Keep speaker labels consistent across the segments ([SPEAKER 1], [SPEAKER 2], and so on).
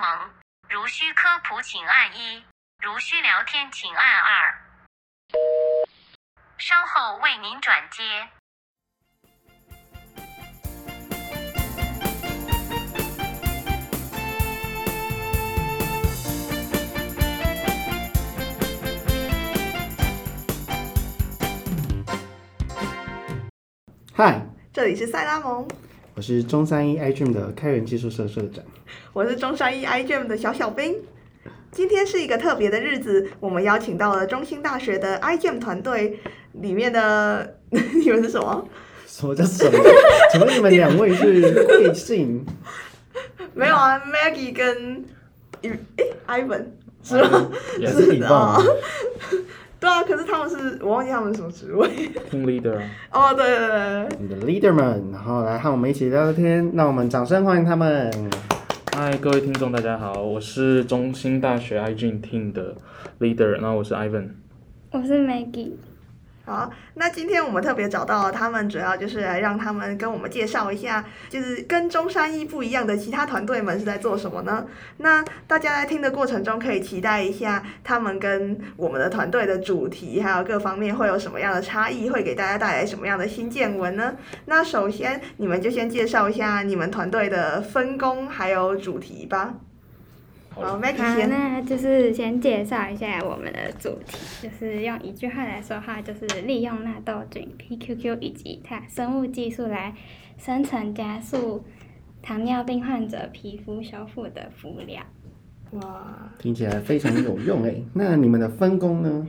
[SPEAKER 1] 忙。如需科普，请按一；如需聊天，请按二。稍后为您转接。
[SPEAKER 2] 嗨，
[SPEAKER 3] 这里是塞拉蒙，
[SPEAKER 2] 我是中山一 iDream 的开源技术社社长。
[SPEAKER 3] 我是中山一 iGEM 的小小兵。今天是一个特别的日子，我们邀请到了中兴大学的 iGEM 团队里面的 你们是什么？
[SPEAKER 2] 什么叫什么？请 问你们两位是贵姓？
[SPEAKER 3] 没有啊，Maggie 跟哎 Ivan 是吗？
[SPEAKER 2] 吗？也是你吧？
[SPEAKER 3] 对啊，可是他们是我忘记他们是什么职位。
[SPEAKER 4] team leader 啊。
[SPEAKER 3] 哦，对对对对，
[SPEAKER 2] 我们的 leader 们，然后来和我们一起聊聊天，让我们掌声欢迎他们。
[SPEAKER 4] 嗨，各位听众，大家好，我是中兴大学 IG team 的 leader，那我是 Ivan。
[SPEAKER 5] 我是 Maggie，
[SPEAKER 3] 好，那今天我们特别找到了他们，主要就是来让他们跟我们介绍一下，就是跟中山一不一样的其他团队们是在做什么呢？那大家在听的过程中可以期待一下他们跟我们的团队的主题，还有各方面会有什么样的差异，会给大家带来什么样的新见闻呢？那首先你们就先介绍一下你们团队的分工还有主题吧。
[SPEAKER 4] 好
[SPEAKER 3] 好
[SPEAKER 5] 好
[SPEAKER 3] ，Maggie，先，
[SPEAKER 5] 那就是先介绍一下我们的主题，就是用一句话来说的话，就是利用纳豆菌 PQQ 以及它生物技术来生成加速糖尿病患者皮肤修复的敷料。
[SPEAKER 3] 哇。
[SPEAKER 2] 听起来非常有用哎。 那你们的分工呢？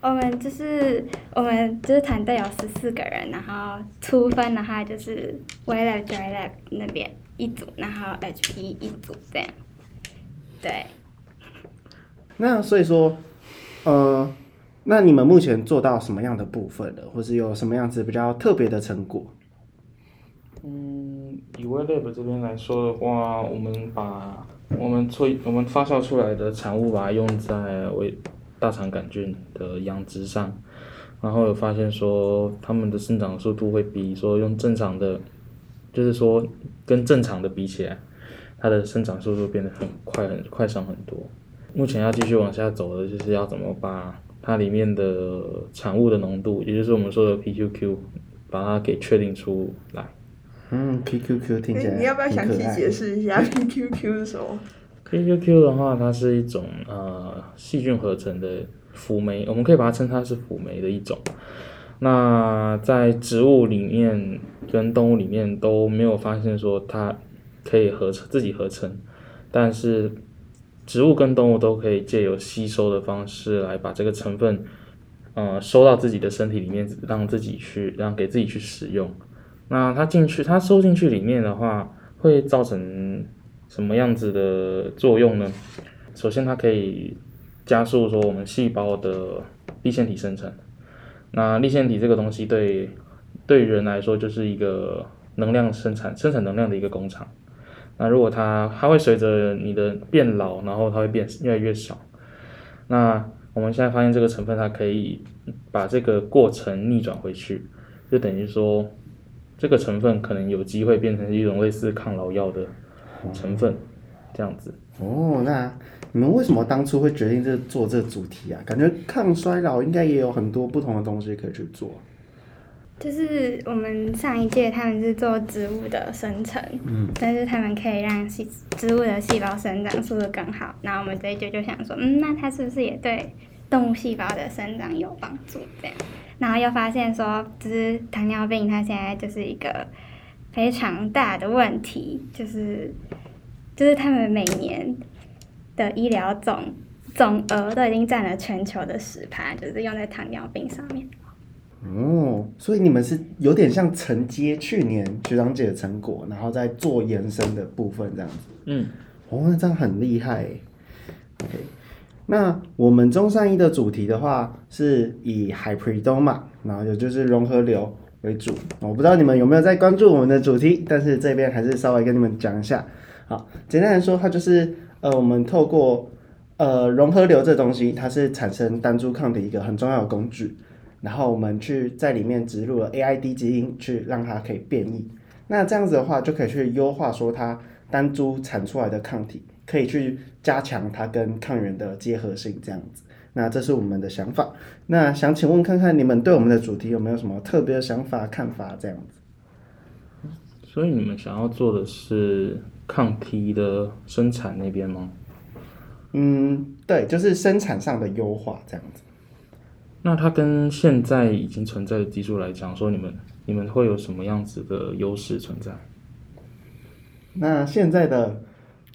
[SPEAKER 5] 我们就是我们就是团队有十四个人，然后初分的话就是 w e l a b Joy Lab 那边一组，然后 HP 一组这样。对，
[SPEAKER 2] 那所以说，呃，那你们目前做到什么样的部分了，或是有什么样子比较特别的成果？
[SPEAKER 4] 嗯，以 w e Lab 这边来说的话，我们把我们做我们发酵出来的产物，把它用在为大肠杆菌的养殖上，然后有发现说它们的生长速度会比说用正常的，就是说跟正常的比起来，它的生长速度变得很快很快上很多。目前要继续往下走的就是要怎么把它里面的产物的浓度，也就是我们说的 PQQ，把它给确定出来。
[SPEAKER 2] 嗯，PQQ 听起
[SPEAKER 3] 诶
[SPEAKER 2] 来
[SPEAKER 3] 你要不要
[SPEAKER 2] 很
[SPEAKER 3] 详
[SPEAKER 2] 可
[SPEAKER 3] 细
[SPEAKER 2] 爱
[SPEAKER 3] 解释一下 PQQ 是什么？
[SPEAKER 4] PQQ 的话，它是一种呃细菌合成的辅酶，我们可以把它称它是辅酶的一种。那在植物里面跟动物里面都没有发现说它可以合成自己合成，但是植物跟动物都可以借由吸收的方式来把这个成分，呃，收到自己的身体里面，让自己去让给自己去使用。那它进去，它收进去里面的话，会造成什么样子的作用呢？首先，它可以加速说我们细胞的立腺体生成。那立腺体这个东西对对人来说就是一个能量生产、生产能量的一个工厂。那如果它它会随着你的变老，然后它会变越来越少。那我们现在发现这个成分，它可以把这个过程逆转回去，就等于说这个成分可能有机会变成一种类似抗老药的成分，这样子。
[SPEAKER 2] 哦，那你们为什么当初会决定这做这主题啊？感觉抗衰老应该也有很多不同的东西可以去做。
[SPEAKER 5] 就是我们上一届他们是做植物的生成，但是他们可以让细植物的细胞生长速度更好。然后我们这一届就想说，嗯，那它是不是也对动物细胞的生长有帮助？这样，然后又发现说，就是糖尿病它现在就是一个非常大的问题，就是就是他们每年的医疗总总额都已经占了全球的十趴，就是用在糖尿病上面。
[SPEAKER 2] 哦，所以你们是有点像承接去年学长姐的成果，然后再做延伸的部分这样子。
[SPEAKER 4] 嗯，
[SPEAKER 2] 哦，那这样很厉害耶。OK，那我们中山一的主题的话是以海 pre 东嘛，然后也就是融合流为主。我不知道你们有没有在关注我们的主题，但是这边还是稍微跟你们讲一下。好，简单来说，它就是呃，我们透过呃融合流这东西，它是产生单株抗体一个很重要的工具。然后我们去在里面植入了 AID 基因，去让它可以变异。那这样子的话，就可以去优化说它单株产出来的抗体，可以去加强它跟抗原的结合性这样子。那这是我们的想法。那想请问看看你们对我们的主题有没有什么特别的想法、看法这样子？
[SPEAKER 4] 所以你们想要做的是抗体的生产那边吗？
[SPEAKER 2] 嗯，对，就是生产上的优化这样子。
[SPEAKER 4] 那它跟现在已经存在的技术来讲，说你们你们会有什么样子的优势存在？
[SPEAKER 2] 那现在的，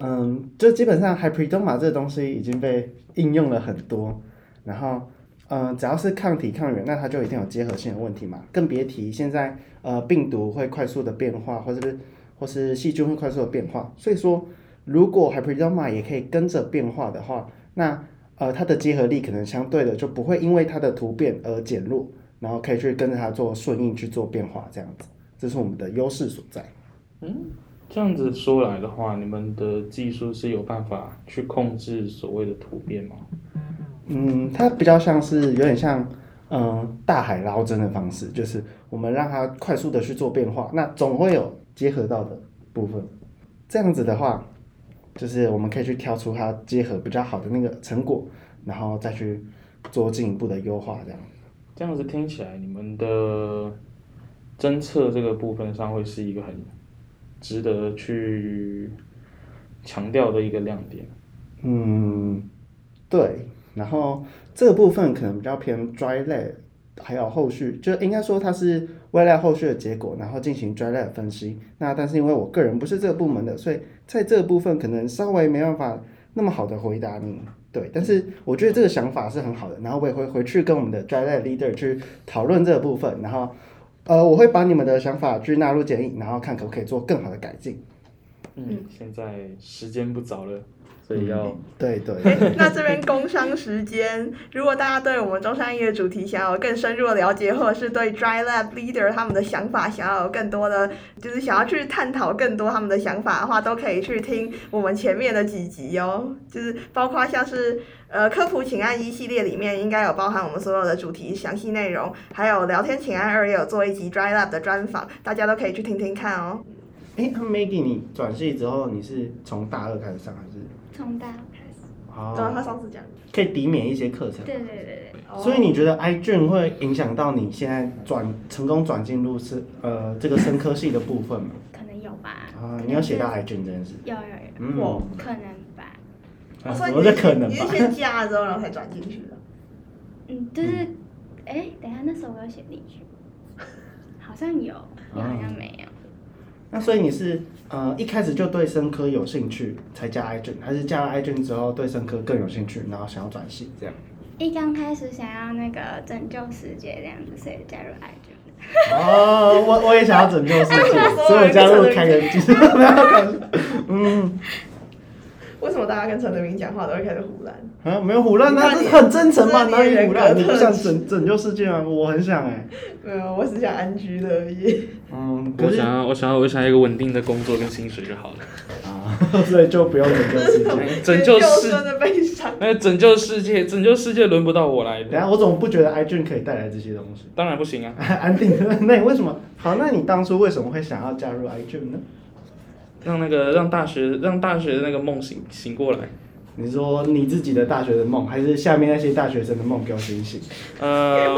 [SPEAKER 2] 嗯，就基本上 Hybridoma 这东西已经被应用了很多，然后，嗯，只要是抗体抗原，那它就一定有结合性的问题嘛，更别提现在呃病毒会快速的变化，或是或是细菌会快速的变化，所以说如果 Hybridoma 也可以跟着变化的话，那呃它的结合力可能相对的就不会因为它的突变而减弱，然后可以去跟着它做顺应去做变化，这样子，这是我们的优势所在。
[SPEAKER 4] 这样子说来的话，你们的技术是有办法去控制所谓的突变吗？
[SPEAKER 2] 嗯，它比较像是有点像，嗯、大海捞针的方式，就是我们让它快速的去做变化，那总会有结合到的部分。这样子的话，就是我们可以去挑出它结合比较好的那个成果，然后再去做进一步的优化，这样。
[SPEAKER 4] 这样子听起来，你们的侦测这个部分上会是一个很值得去强调的一个亮点。
[SPEAKER 2] 嗯，对。然后这个部分可能比较偏 dry lab，还有后续，就应该说它是 wet lab 后续的结果，然后进行 dry lab 分析。那但是因为我个人不是这个部门的，所以在这个部分可能稍微没办法那么好的回答你。对，但是我觉得这个想法是很好的，然后我也会回去跟我们的 dry lab leader 去讨论这个部分，然后呃，我会把你们的想法去纳入建议，然后看可不可以做更好的改进。
[SPEAKER 4] 嗯，现在时间不早了，所以要
[SPEAKER 2] 对对对。
[SPEAKER 3] 诶那这边工商时间，如果大家对我们中山医的主题想要有更深入的了解，或者是对 Dry Lab Leader 他们的想法想要有更多的，就是想要去探讨更多他们的想法的话，都可以去听我们前面的几集哦，就是包括像是呃科普请按一系列里面应该有包含我们所有的主题详细内容，还有聊天请按二也有做一集 Dry Lab 的专访，大家都可以去听听看哦。
[SPEAKER 2] 哎、那 Maggie，你转系之后，你是从大二开始上还是？
[SPEAKER 5] 从大开始，
[SPEAKER 3] 刚刚他
[SPEAKER 2] 哦，
[SPEAKER 3] 上次讲，哦
[SPEAKER 2] 可以抵免一些课程。
[SPEAKER 5] 对对对对，
[SPEAKER 2] 所以你觉得 i 卷会影响到你现在转成功转进入是呃这个生科系的部分吗？
[SPEAKER 5] 可能有吧。
[SPEAKER 2] 啊，你有写到 i 卷这件事。
[SPEAKER 5] 有有有，
[SPEAKER 2] 嗯，
[SPEAKER 3] 我哦
[SPEAKER 5] 可能吧。
[SPEAKER 2] 啊
[SPEAKER 3] 所以
[SPEAKER 2] 我
[SPEAKER 3] 你
[SPEAKER 2] 这
[SPEAKER 3] 是
[SPEAKER 2] 可能
[SPEAKER 3] 你
[SPEAKER 2] 吧
[SPEAKER 3] 是。先加了之后，然后才转进去的。
[SPEAKER 5] 嗯，就是，哎、等一下，那时候我有写进 去，好像有，又好像没有。
[SPEAKER 2] 那所以你是呃一开始就对生科有兴趣才加 i 卷，还是加了 i 卷之后对生科更有兴趣，然后想要转系这样？
[SPEAKER 5] 一刚开始想要那个拯救世界这样子，所以加入爱卷。
[SPEAKER 2] 啊哦，我我也想要拯救世界，所以我加入开源机。没有开玩笑嗯，
[SPEAKER 3] 为什么大家跟陈德明讲话都会开始胡乱？
[SPEAKER 2] 啊，没有胡乱啊，
[SPEAKER 3] 你看
[SPEAKER 2] 这
[SPEAKER 3] 你
[SPEAKER 2] 很真诚嘛，
[SPEAKER 3] 这是
[SPEAKER 2] 哪
[SPEAKER 3] 你的
[SPEAKER 2] 里胡乱？
[SPEAKER 3] 人格
[SPEAKER 2] 你不
[SPEAKER 3] 特
[SPEAKER 2] 想
[SPEAKER 3] 质
[SPEAKER 2] 拯拯救世界吗？我很想哎、
[SPEAKER 3] 没有，我只想安居乐业。
[SPEAKER 2] 嗯，可
[SPEAKER 4] 我
[SPEAKER 2] 是
[SPEAKER 4] 想要我想要我想要一个稳定的工作跟薪水就好了。
[SPEAKER 2] 啊，所以就不用拯救世界。
[SPEAKER 4] 拯救世
[SPEAKER 3] 世的悲伤。
[SPEAKER 4] 那拯救世界，拯救世界轮不到我来
[SPEAKER 2] 等一下，
[SPEAKER 4] 的，
[SPEAKER 2] 我怎么不觉得 iGen 可以带来这些东西？
[SPEAKER 4] 当然不行啊。
[SPEAKER 2] 安定， 那你为什么？好，那你当初为什么会想要加入 iGen 呢？
[SPEAKER 4] 让那个让大学让大学的那个梦醒醒过来。
[SPEAKER 2] 你说你自己的大学的梦，还是下面那些大学生的梦给我醒醒？
[SPEAKER 4] 呃，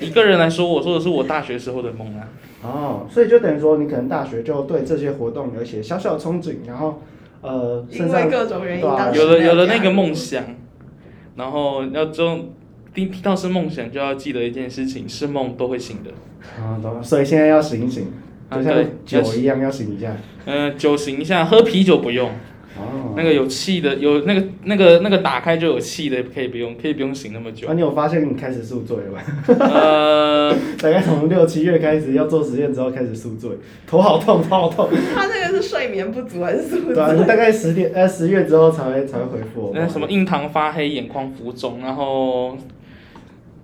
[SPEAKER 4] 一个人来说，我说的是我大学时候的梦啊。
[SPEAKER 2] 哦，所以就等于说，你可能大学就对这些活动有一些小小的憧憬，然后呃，身
[SPEAKER 3] 因为
[SPEAKER 2] 上
[SPEAKER 3] 各种原因，
[SPEAKER 2] 对啊
[SPEAKER 3] 当时
[SPEAKER 4] 有了有了
[SPEAKER 3] 没
[SPEAKER 4] 那
[SPEAKER 3] 加
[SPEAKER 4] 个梦想，然后要中听听到是梦想，就要记得一件事情，是梦都会醒的。
[SPEAKER 2] 啊，懂了。所以现在要醒一醒，
[SPEAKER 4] 啊
[SPEAKER 2] 就像
[SPEAKER 4] 对
[SPEAKER 2] 酒一样要醒一下。
[SPEAKER 4] 呃，酒醒一下，喝啤酒不用，
[SPEAKER 2] 哦，
[SPEAKER 4] 那个有气的，有那个那个那个打开就有气的，可以不用，可以不用醒那么 久
[SPEAKER 2] 啊，。你有发现你开始宿醉了吧？
[SPEAKER 4] 呃，
[SPEAKER 2] 大概从六七月开始要做实验之后开始宿醉，头好痛，头好痛。
[SPEAKER 3] 他那个是睡眠不足还是什么？
[SPEAKER 2] 对啊，你大概十点呃十月之后才会才会回复我吧。
[SPEAKER 4] 那什么印堂发黑，眼眶浮肿，然后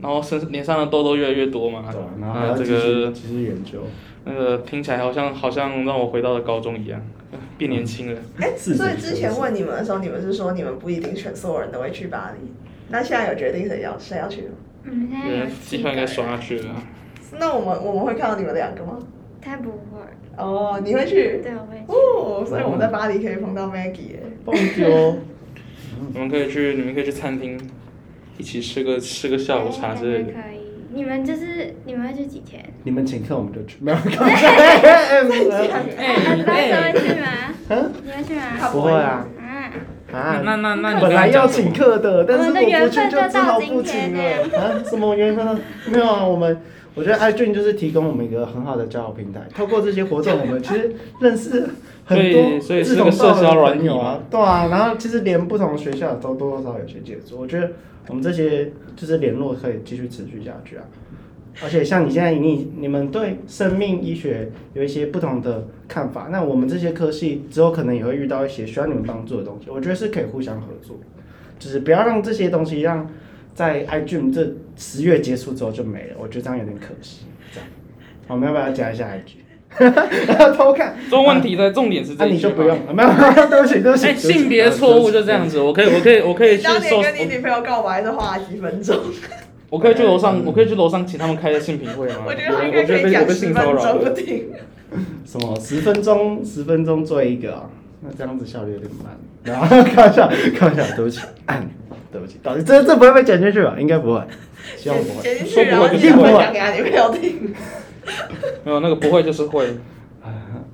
[SPEAKER 4] 然后身脸上的痘痘越来越多嘛。
[SPEAKER 2] 对啊，然后还
[SPEAKER 4] 啊
[SPEAKER 2] 要，
[SPEAKER 4] 这
[SPEAKER 2] 继续
[SPEAKER 4] 个
[SPEAKER 2] 继续研究。
[SPEAKER 4] 那个听起来好像好像让我回到了高中一样，变年轻了。
[SPEAKER 3] 哎，
[SPEAKER 2] 是
[SPEAKER 3] 所以之前问你们的时候，你们是说你们不一定全所有人都会去巴黎。那现在有决定谁要谁要去吗？
[SPEAKER 5] 嗯我们现在
[SPEAKER 4] 对
[SPEAKER 5] 有
[SPEAKER 4] 机
[SPEAKER 5] 七
[SPEAKER 4] 票
[SPEAKER 5] 个
[SPEAKER 4] 应该
[SPEAKER 5] 人，
[SPEAKER 4] 刷下去了啊。
[SPEAKER 3] 那我们我们会看到你们两个吗？
[SPEAKER 5] 他不会，
[SPEAKER 3] 哦，你会去？
[SPEAKER 5] 对，我啊会去。
[SPEAKER 3] 哦，所以我们在巴黎可以碰到 Maggie 耶。
[SPEAKER 4] 棒球，你们可以去，你们可以去餐厅一起吃个吃个下午茶之类
[SPEAKER 5] 感觉
[SPEAKER 4] 的。
[SPEAKER 5] 可以。哎你们就是你们会去几 天？
[SPEAKER 2] 你们请客我们就去，没 有开玩笑哎没有开玩笑
[SPEAKER 5] 老师会去吗？
[SPEAKER 2] 嗯
[SPEAKER 5] 你会去吗？
[SPEAKER 2] 不会啊
[SPEAKER 5] 啊，
[SPEAKER 2] 啊！
[SPEAKER 4] 那那那你
[SPEAKER 2] 本来
[SPEAKER 4] 刚刚讲
[SPEAKER 2] 要
[SPEAKER 4] 什么
[SPEAKER 2] 请客的，但是
[SPEAKER 5] 我们的
[SPEAKER 2] 我不
[SPEAKER 5] 哦缘
[SPEAKER 2] 去
[SPEAKER 5] 分
[SPEAKER 2] 就只
[SPEAKER 5] 就到
[SPEAKER 2] 好
[SPEAKER 5] 今
[SPEAKER 2] 不请
[SPEAKER 5] 天
[SPEAKER 2] 了啊！什么缘分啊？没有啊，我们我觉得 iDream 就是提供我们一个很好的交友平台，透过这些活动，我们其实认识很多
[SPEAKER 4] 对所以
[SPEAKER 2] 志
[SPEAKER 4] 是
[SPEAKER 2] 同
[SPEAKER 4] 个
[SPEAKER 2] 道合
[SPEAKER 4] 社交
[SPEAKER 2] 的
[SPEAKER 4] 软
[SPEAKER 2] 朋友
[SPEAKER 4] 体
[SPEAKER 2] 啊
[SPEAKER 4] 嘛，
[SPEAKER 2] 对啊，然后其实连不同学校都多多少少有些接触，我觉得我们这些就是联络可以继续持续下去啊。而且像你现在你你们对生命医学有一些不同的看法，那我们这些科系之后可能也会遇到一些需要你们帮助的东西，我觉得是可以互相合作，就是不要让这些东西让在 iDream 这十月结束之后就没了，我觉得这样有点可惜。这样，我们要不要加一下 IG？偷看，
[SPEAKER 4] 这问题的重点是
[SPEAKER 2] 那、
[SPEAKER 4] 这一
[SPEAKER 2] 你
[SPEAKER 4] 句
[SPEAKER 2] 就
[SPEAKER 4] 嘛
[SPEAKER 2] 不用。了，没有，对不起， 对不起。
[SPEAKER 4] 哎，性别错误就这样子，我可以，我可以，我可以去嗯
[SPEAKER 3] 当
[SPEAKER 4] 搜
[SPEAKER 3] 年，跟你女朋友告白是花了几分钟？
[SPEAKER 4] 我可以去楼上，我可以去楼上请他们开的性品会吗？
[SPEAKER 3] 我觉得
[SPEAKER 4] 我
[SPEAKER 3] 他应该
[SPEAKER 4] 我
[SPEAKER 3] 可
[SPEAKER 4] 觉
[SPEAKER 3] 以
[SPEAKER 4] 得被我
[SPEAKER 3] 讲
[SPEAKER 4] 被
[SPEAKER 3] 十
[SPEAKER 4] 性
[SPEAKER 3] 分
[SPEAKER 4] 骚扰
[SPEAKER 3] 钟不
[SPEAKER 4] 了。
[SPEAKER 3] 停。
[SPEAKER 2] 什么十分钟，十分钟做一个、啊，那这样子效率有点慢。 然后开玩笑，开玩笑，对不起， 按，对不起，到底这这不会被剪进去吧？应该不会，希望不会。
[SPEAKER 3] 剪进去，
[SPEAKER 4] 说不
[SPEAKER 3] 然后
[SPEAKER 4] 会
[SPEAKER 3] 你
[SPEAKER 4] 就
[SPEAKER 3] 再
[SPEAKER 4] 不会
[SPEAKER 3] 分享给他女朋友听。
[SPEAKER 4] 没有那个不会就是会，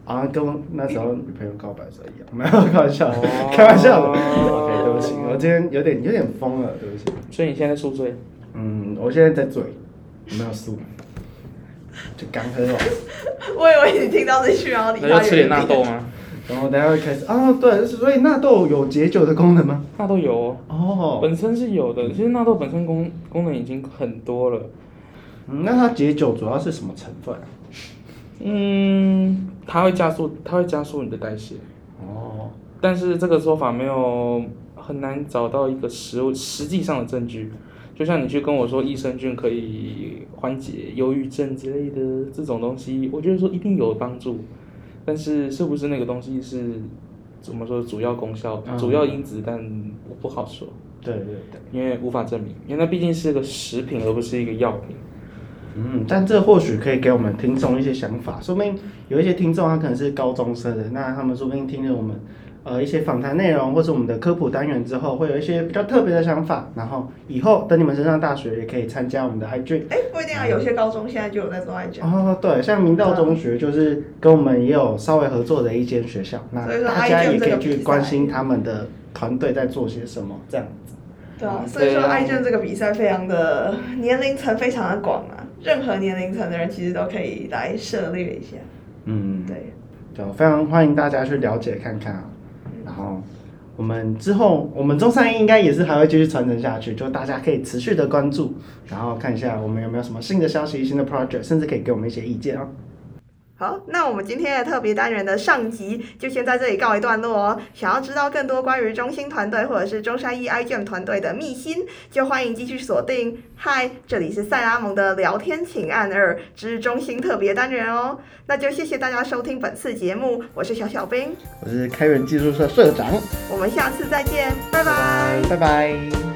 [SPEAKER 2] 啊，跟我那时候女朋友告白的时候一样， 没有开玩笑
[SPEAKER 4] 哦，
[SPEAKER 2] 开玩笑的。OK，对不起，我今天有点有点疯了，对不起。
[SPEAKER 4] 所以你现在在宿醉。
[SPEAKER 3] 哦
[SPEAKER 2] 嗯，我现在在醉，没有输，就刚喝完。
[SPEAKER 3] 我以为你听到这句，然后你
[SPEAKER 4] 那要吃点纳豆吗？
[SPEAKER 2] 然后等一下会开始啊，对，所以纳豆有解酒的功能吗？
[SPEAKER 4] 纳豆有哦，
[SPEAKER 2] 哦，
[SPEAKER 4] 本身是有的。其实纳豆本身功功能已经很多了。
[SPEAKER 2] 嗯那它解酒主要是什么成分啊？
[SPEAKER 4] 嗯，它会加速，它会加速你的代谢，
[SPEAKER 2] 哦，
[SPEAKER 4] 但是这个说法没有很难找到一个实物实际上的证据。就像你去跟我说益生菌可以缓解忧郁症之类的这种东西，我觉得说一定有帮助，但是是不是那个东西是怎么说主要功效、
[SPEAKER 2] 嗯
[SPEAKER 4] 主要因子，但我不好说。
[SPEAKER 2] 对对对，
[SPEAKER 4] 因为无法证明，因为那毕竟是个食品，而不是一个药品。
[SPEAKER 2] 嗯，但这或许可以给我们听众一些想法，说不定有一些听众他可能是高中生的，那他们说不定听了我们呃一些访谈内容或者我们的科普单元之后，会有一些比较特别的想法，然后以后等你们升上大学也可以参加我们的 IG。
[SPEAKER 3] 哎，不一定啊，有些高中现在就有在做爱讲。
[SPEAKER 2] 哦，对，像明道中学就是跟我们也有稍微合作的一间学校，那
[SPEAKER 3] 所以说
[SPEAKER 2] 大家
[SPEAKER 3] iGen
[SPEAKER 2] 也可
[SPEAKER 3] 这
[SPEAKER 2] 以
[SPEAKER 3] 个
[SPEAKER 2] 去
[SPEAKER 3] 比赛
[SPEAKER 2] 关心他们的团队在做些什么，这样子。
[SPEAKER 3] 对啊，所以说
[SPEAKER 4] 对啊
[SPEAKER 3] 爱卷这个比赛非常的年龄层非常的广啊，任何年龄层的人其实都可以来涉猎一下。
[SPEAKER 2] 嗯，
[SPEAKER 3] 对，
[SPEAKER 2] 就非常欢迎大家去了解看看啊。
[SPEAKER 3] 嗯
[SPEAKER 2] 然后我们之后，我们中山一应该也是还会继续传承下去，就大家可以持续的关注，然后看一下我们有没有什么新的消息、新的 project，甚至可以给我们一些意见哦。
[SPEAKER 3] 好，那我们今天的特别单元的上集就先在这里告一段落哦。想要知道更多关于中兴团队或者是中山一 iGEM 团队的秘辛，就欢迎继续锁定。嗨，这里是塞拉蒙的聊天，请按二，之中兴特别单元哦。那就谢谢大家收听本次节目，我是小小兵，
[SPEAKER 2] 我是开源技术社社长，
[SPEAKER 3] 我们下次再见，拜拜
[SPEAKER 2] 拜拜。